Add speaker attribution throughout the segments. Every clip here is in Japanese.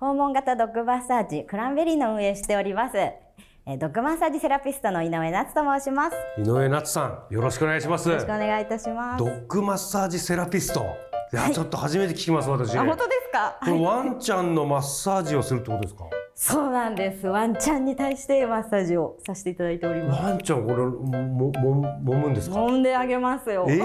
Speaker 1: 訪問型ドッグマッサージクランベリーの運営をしております。えードッグマッサージセラピストの井上夏と申します。よ
Speaker 2: 井上夏さんよろしくお願いします
Speaker 1: ろしくお願いいたします。
Speaker 2: ドッグマッサージセラピストいや、ちょっと初めて聞きます私
Speaker 1: あ、本当ですか。
Speaker 2: これワンちゃんのマッサージをするってことですか
Speaker 1: そうなんです。ワンちゃんに対してマッサージをさせていただいております。
Speaker 2: ワンちゃんこれももも揉むんですか
Speaker 1: 揉んであげますよ。
Speaker 2: え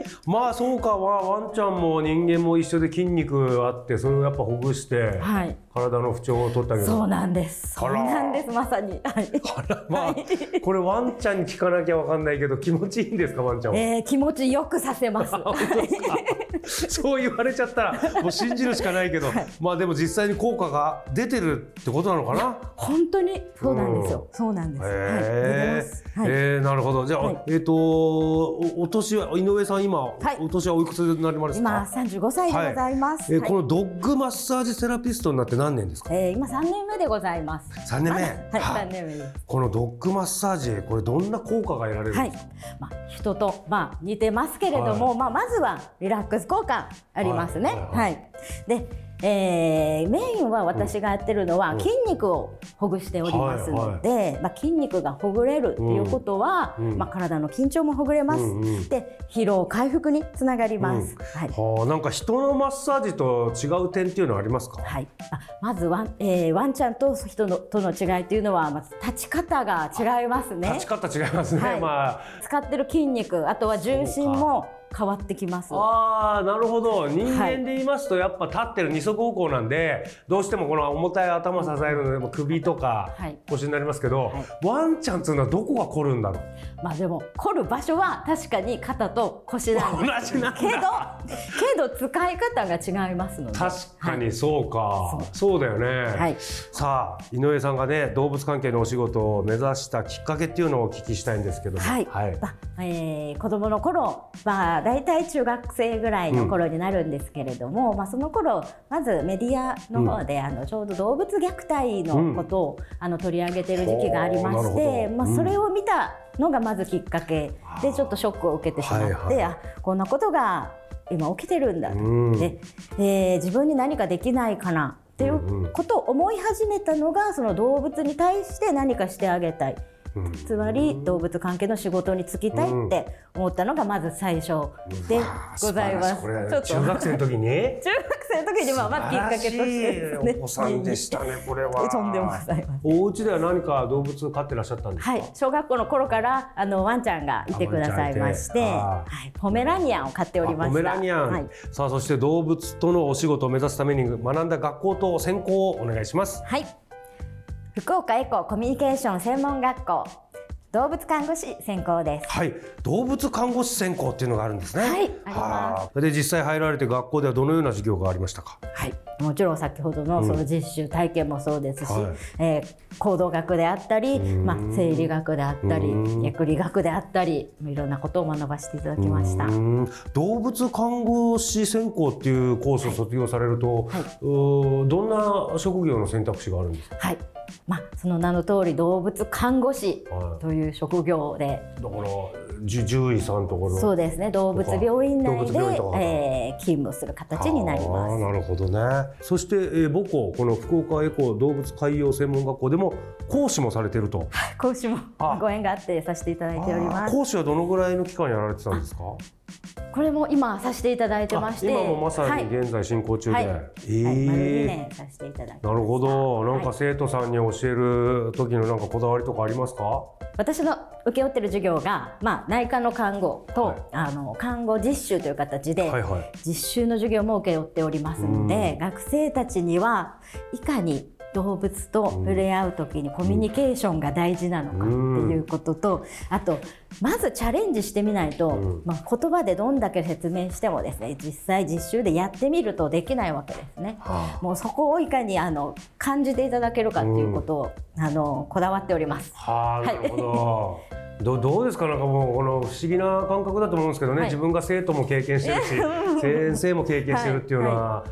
Speaker 2: え まあそうかわワンちゃんも人間も一緒で筋肉あってそれをやっぱほぐして、
Speaker 1: はい
Speaker 2: 体の不調を取ってあげる
Speaker 1: そうなんです。
Speaker 2: あ
Speaker 1: そう
Speaker 2: ら
Speaker 1: なんです。まさに。はい。
Speaker 2: まあこれワンちゃんに聞かなきゃわかんないけど気持ちいいんですかワンちゃんは、
Speaker 1: えー、気持ちよくさせます。
Speaker 2: そう言われちゃったらもう信じるしかないけど、まあでも実際に効果が出てるってことなのかな
Speaker 1: 本当にそうなんですよ。そうなんです。はい。出
Speaker 2: へ
Speaker 1: てます
Speaker 2: え、
Speaker 1: はい。
Speaker 2: えーなるほど。じゃあ、
Speaker 1: はい
Speaker 2: えっ、とお、お年は、井上さん、今、
Speaker 1: い
Speaker 2: お年はおいくつになりますか。
Speaker 1: 今35歳でございます。
Speaker 2: えー
Speaker 1: はい
Speaker 2: このドッグマッサージセラピストになって何年ですか。
Speaker 1: えー、今3年目でございます。
Speaker 2: 三年目。
Speaker 1: はい、三年目です。
Speaker 2: このドッグマッサージ、これどんな効果が得られるんですか。
Speaker 1: はい、まあ、人と、まあ、似てますけれども、まあ、まずはリラックス効果ありますね。
Speaker 2: は
Speaker 1: はいい、
Speaker 2: はい
Speaker 1: で、えーメインは私がやってるのは、筋肉をほぐしておりますので、まあ、筋肉がほぐれるっていうことは、
Speaker 2: うんうん
Speaker 1: まあ、体の緊張もほぐれます。
Speaker 2: うんうん
Speaker 1: で、疲労回復につながりま
Speaker 2: う
Speaker 1: す。
Speaker 2: ん
Speaker 1: はい。
Speaker 2: はあ、なんか人のマッサージと違う点っていうのはありますか。
Speaker 1: はい、あまずワン、えーワンちゃんと人のとの違いというのはまず立ち方が違いますね。
Speaker 2: 立ち方違いますね。
Speaker 1: はい
Speaker 2: ま
Speaker 1: 使ってる筋肉あとは重心も変わってきます
Speaker 2: あ。ああ、なるほど。人間で言いますと、やっぱ立ってる二足歩行なんで、どうしてもこの重たい頭支えるので、も首とか
Speaker 1: はい
Speaker 2: 腰になりますけど、ワンちゃんっていうのはどこが凝るん だろう。
Speaker 1: まあでも凝る場所は確かに肩と腰な んです
Speaker 2: 同じなんだ
Speaker 1: けどけど使い方が違いますので
Speaker 2: 確か
Speaker 1: は
Speaker 2: に
Speaker 1: い
Speaker 2: そうか、そうだよね、
Speaker 1: はい
Speaker 2: さあ井上さんがね動物関係のお仕事を目指したきっかけっていうのをお聞きしたいんですけども
Speaker 1: はい、まあえー子供の頃、まあ、大体中学生ぐらいの頃になるんですけれども、まあ、その頃まずメディアの方で、あのちょうど動物虐待のことを、あの取り上げてる時期がありまし
Speaker 2: ほうなる
Speaker 1: て、
Speaker 2: ほど
Speaker 1: まあ、
Speaker 2: うん
Speaker 1: それを見たのがまずきっかけでちょっとショックを受けてしまって、
Speaker 2: はいはい
Speaker 1: あこんなことが今起きてるんだと、
Speaker 2: うん
Speaker 1: でえー自分に何かできないかなっていうことを思い始めたのがその動物に対して何かしてあげたい。
Speaker 2: うん
Speaker 1: つまり動物関係の仕事に就きたいって思ったのがまず最初 でござい
Speaker 2: 素晴
Speaker 1: ま
Speaker 2: らし
Speaker 1: す。
Speaker 2: これ
Speaker 1: ちょっと
Speaker 2: 中学生の時に
Speaker 1: 中学生の時にまあまあきっかけとしてです
Speaker 2: 素晴ら
Speaker 1: ね。
Speaker 2: しいお子さんでしたねこれは
Speaker 1: とんでもございません
Speaker 2: お家では何か動物飼ってらっしゃったんですか、
Speaker 1: はい、小学校の頃からあのワンちゃんがいてくださいまし
Speaker 2: あ
Speaker 1: て、
Speaker 2: ワンちゃんい
Speaker 1: は
Speaker 2: て
Speaker 1: い、ポメラニアンを飼っておりま
Speaker 2: あ
Speaker 1: した。
Speaker 2: ポメラニアン、
Speaker 1: はい、
Speaker 2: さあそして動物とのお仕事を目指すために学んだ学校と専攻をお願いします
Speaker 1: はい、福岡エココミュニケーション専門学校動物看護師専攻です。
Speaker 2: はい、動物看護師専攻っていうのがあるんですね。
Speaker 1: はいあります
Speaker 2: はあで実際入られて学校ではどのような授業がありましたか。
Speaker 1: はい、もちろん先ほどのその実習体験もそうですし、
Speaker 2: はい
Speaker 1: えー行動学であったり、まあ、生理学であったり
Speaker 2: うん
Speaker 1: 薬理学であったりいろんなことを学ばせていただきました
Speaker 2: う。ーん動物看護師専攻っていうコースを卒業されると、
Speaker 1: はいう
Speaker 2: ーどんな職業の選択肢があるんですか。
Speaker 1: はいまあ、その名の通り動物看護師
Speaker 2: はい
Speaker 1: という職業で、
Speaker 2: だからじゅ獣医さんとかの。
Speaker 1: そうですね動物病院内
Speaker 2: 動
Speaker 1: で
Speaker 2: 物病院とか、
Speaker 1: えー勤務する形になり
Speaker 2: あ
Speaker 1: ま
Speaker 2: ー
Speaker 1: す。
Speaker 2: なるほどね。そして、えー母校この福岡エコ動物海洋専門学校でも講師もされてると。
Speaker 1: 講師も
Speaker 2: あ
Speaker 1: ご縁があってさせていただいており
Speaker 2: あ
Speaker 1: ま
Speaker 2: ー
Speaker 1: す。
Speaker 2: 講師はどのぐらいの期間やられてたんですか。
Speaker 1: これも今させていただいてまして
Speaker 2: あ今もまさに
Speaker 1: はい
Speaker 2: 現在進行中で、
Speaker 1: はい
Speaker 2: え
Speaker 1: はい、丸
Speaker 2: ー
Speaker 1: 2年させていただきました
Speaker 2: なるほどなんか
Speaker 1: はい
Speaker 2: 生徒さんに教える時のなんかこだわりとかありますか
Speaker 1: 私の請け負ってる授業が、まあ、内科の看護と、
Speaker 2: はい
Speaker 1: あの看護実習という形で、
Speaker 2: はいはい
Speaker 1: 実習の授業も請け負っておりますので学生たちにはいかに動物と触れ合う時にコミュニケーションが大事なのかっていうこととあとまずチャレンジしてみないと、
Speaker 2: うん
Speaker 1: まあ、言葉でどんだけ説明してもですね実際実習でやってみるとできないわけですね。もうそこをいかにあの感じていただけるかっていうことを、あのこだわっております。
Speaker 2: はあなるほど。どどうですかなんかもうこの不思議な感覚だと思うんですけどね、
Speaker 1: はい
Speaker 2: 自分が生徒も経験してるし 先生も経験してるっていうのは、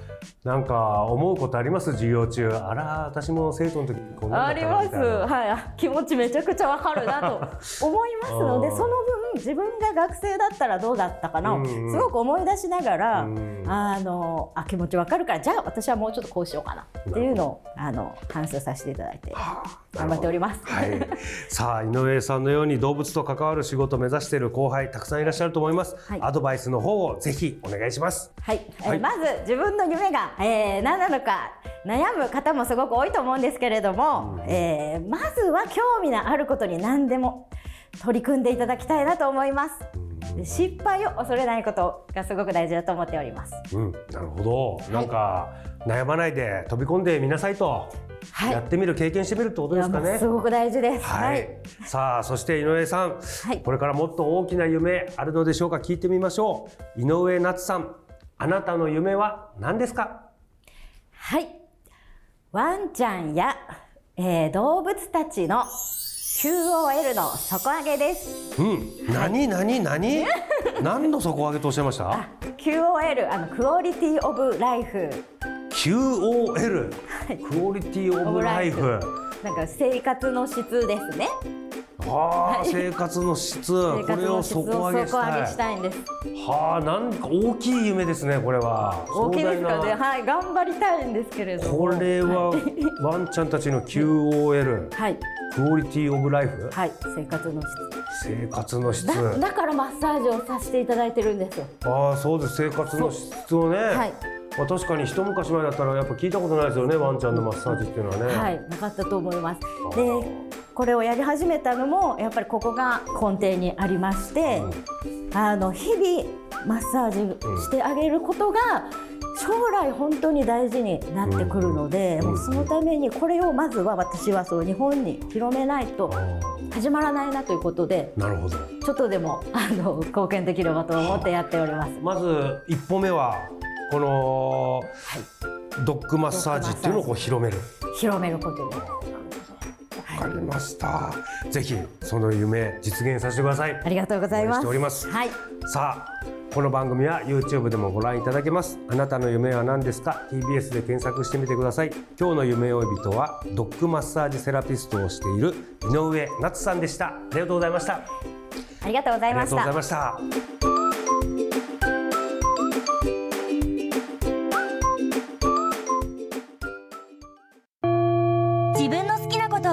Speaker 2: なんか思うことあります授業中あら私も生徒の時こんな
Speaker 1: あ
Speaker 2: んだっ
Speaker 1: り
Speaker 2: たな
Speaker 1: ま
Speaker 2: み
Speaker 1: す、
Speaker 2: たいな
Speaker 1: はいあ、気持ちめちゃくちゃわかるなと思いますの で
Speaker 2: あー
Speaker 1: その分自分が学生だったらどうだったかな
Speaker 2: う
Speaker 1: を
Speaker 2: ん
Speaker 1: す
Speaker 2: うん
Speaker 1: ごく思い出しながら、
Speaker 2: うん
Speaker 1: あのあ気持ちわかるからじゃあ私はもうちょっとこうしようかなっていうのをあの反省させていただいて頑張っております。
Speaker 2: はい、さあ井上さんのように動物と関わる仕事を目指している後輩たくさんいらっしゃると思います、
Speaker 1: はい
Speaker 2: アドバイスの方をぜひお願いします
Speaker 1: はい、えー
Speaker 2: はい
Speaker 1: まず自分の夢が、えー何なのか悩む方もすごく多いと思うんですけれども、えーまずは興味のあることに何でも取り組んでいただきたいなと思います。で失敗を恐れないことがすごく大事だと思っております。
Speaker 2: うん、なるほど、なんか悩まないで飛び込んでみなさいと、
Speaker 1: はい
Speaker 2: やってみる経験してみるってことですか
Speaker 1: いやもう
Speaker 2: ね
Speaker 1: すごく大事です。
Speaker 2: はい、さあそして井上さん、
Speaker 1: はい
Speaker 2: これからもっと大きな夢あるのでしょうか聞いてみましょう井上夏さんあなたの夢は何ですか
Speaker 1: はい。ワンちゃんや、えー動物たちの QOL の底上げです。
Speaker 2: うん、何何 何何の底上げとおっしゃいました
Speaker 1: QOL、あのクオリティオブライフ
Speaker 2: QOL、クオリティオブライフ
Speaker 1: なんか生活の質ですね。
Speaker 2: はあ、生活の質
Speaker 1: 生
Speaker 2: こ
Speaker 1: 活
Speaker 2: れを
Speaker 1: の質を
Speaker 2: 底
Speaker 1: 底
Speaker 2: 上
Speaker 1: 上
Speaker 2: げ
Speaker 1: げ
Speaker 2: したい
Speaker 1: したいんです。
Speaker 2: はあなんか大きい夢ですねこれは
Speaker 1: 大きいですか
Speaker 2: 壮
Speaker 1: ね。
Speaker 2: 大な
Speaker 1: はい、頑張りたいんですけれども。
Speaker 2: これは
Speaker 1: はい
Speaker 2: ワンちゃんたちの QOL
Speaker 1: はい、
Speaker 2: クオリティオブライフ
Speaker 1: はい生活の質。
Speaker 2: 生活の質
Speaker 1: だだからマッサージをさせていただいてるんですよ。
Speaker 2: ああそうです生活の質をね、
Speaker 1: はい
Speaker 2: まあ、確かに一昔前だったらやっぱ聞いたことないですよねワンちゃんのマッサージっていうのはね、
Speaker 1: はい、なかったと思います。
Speaker 2: あ
Speaker 1: で
Speaker 2: ー、
Speaker 1: これをやり始めたのもやっぱりここが根底にありまして、あの日々マッサージしてあげることが将来本当に大事になってくるので、もうそのためにこれをまずは私はそう日本に広めないと始まらないなということで、
Speaker 2: なるほど
Speaker 1: ちょっとでもあの貢献できればと思ってやっております。
Speaker 2: まず一歩目はこの、ドッグマッサージっていうのをこう広める
Speaker 1: 広めることです。
Speaker 2: わかりましたぜひその夢実現させてください
Speaker 1: ありがとうござ
Speaker 2: 応援
Speaker 1: いま
Speaker 2: して
Speaker 1: す。
Speaker 2: おります
Speaker 1: はい。
Speaker 2: さあこの番組は YouTube でもご覧いただけますあなたの夢は何ですか TBS で検索してみてください今日の夢追い人はドッグマッサージセラピストをしている井上夏さんでしたありがとうございました
Speaker 1: ありがとうござ
Speaker 2: あ
Speaker 1: い
Speaker 2: り
Speaker 1: ま
Speaker 2: が
Speaker 1: し
Speaker 2: とうご
Speaker 1: た
Speaker 2: ざい。ました
Speaker 3: 自分の好きなこと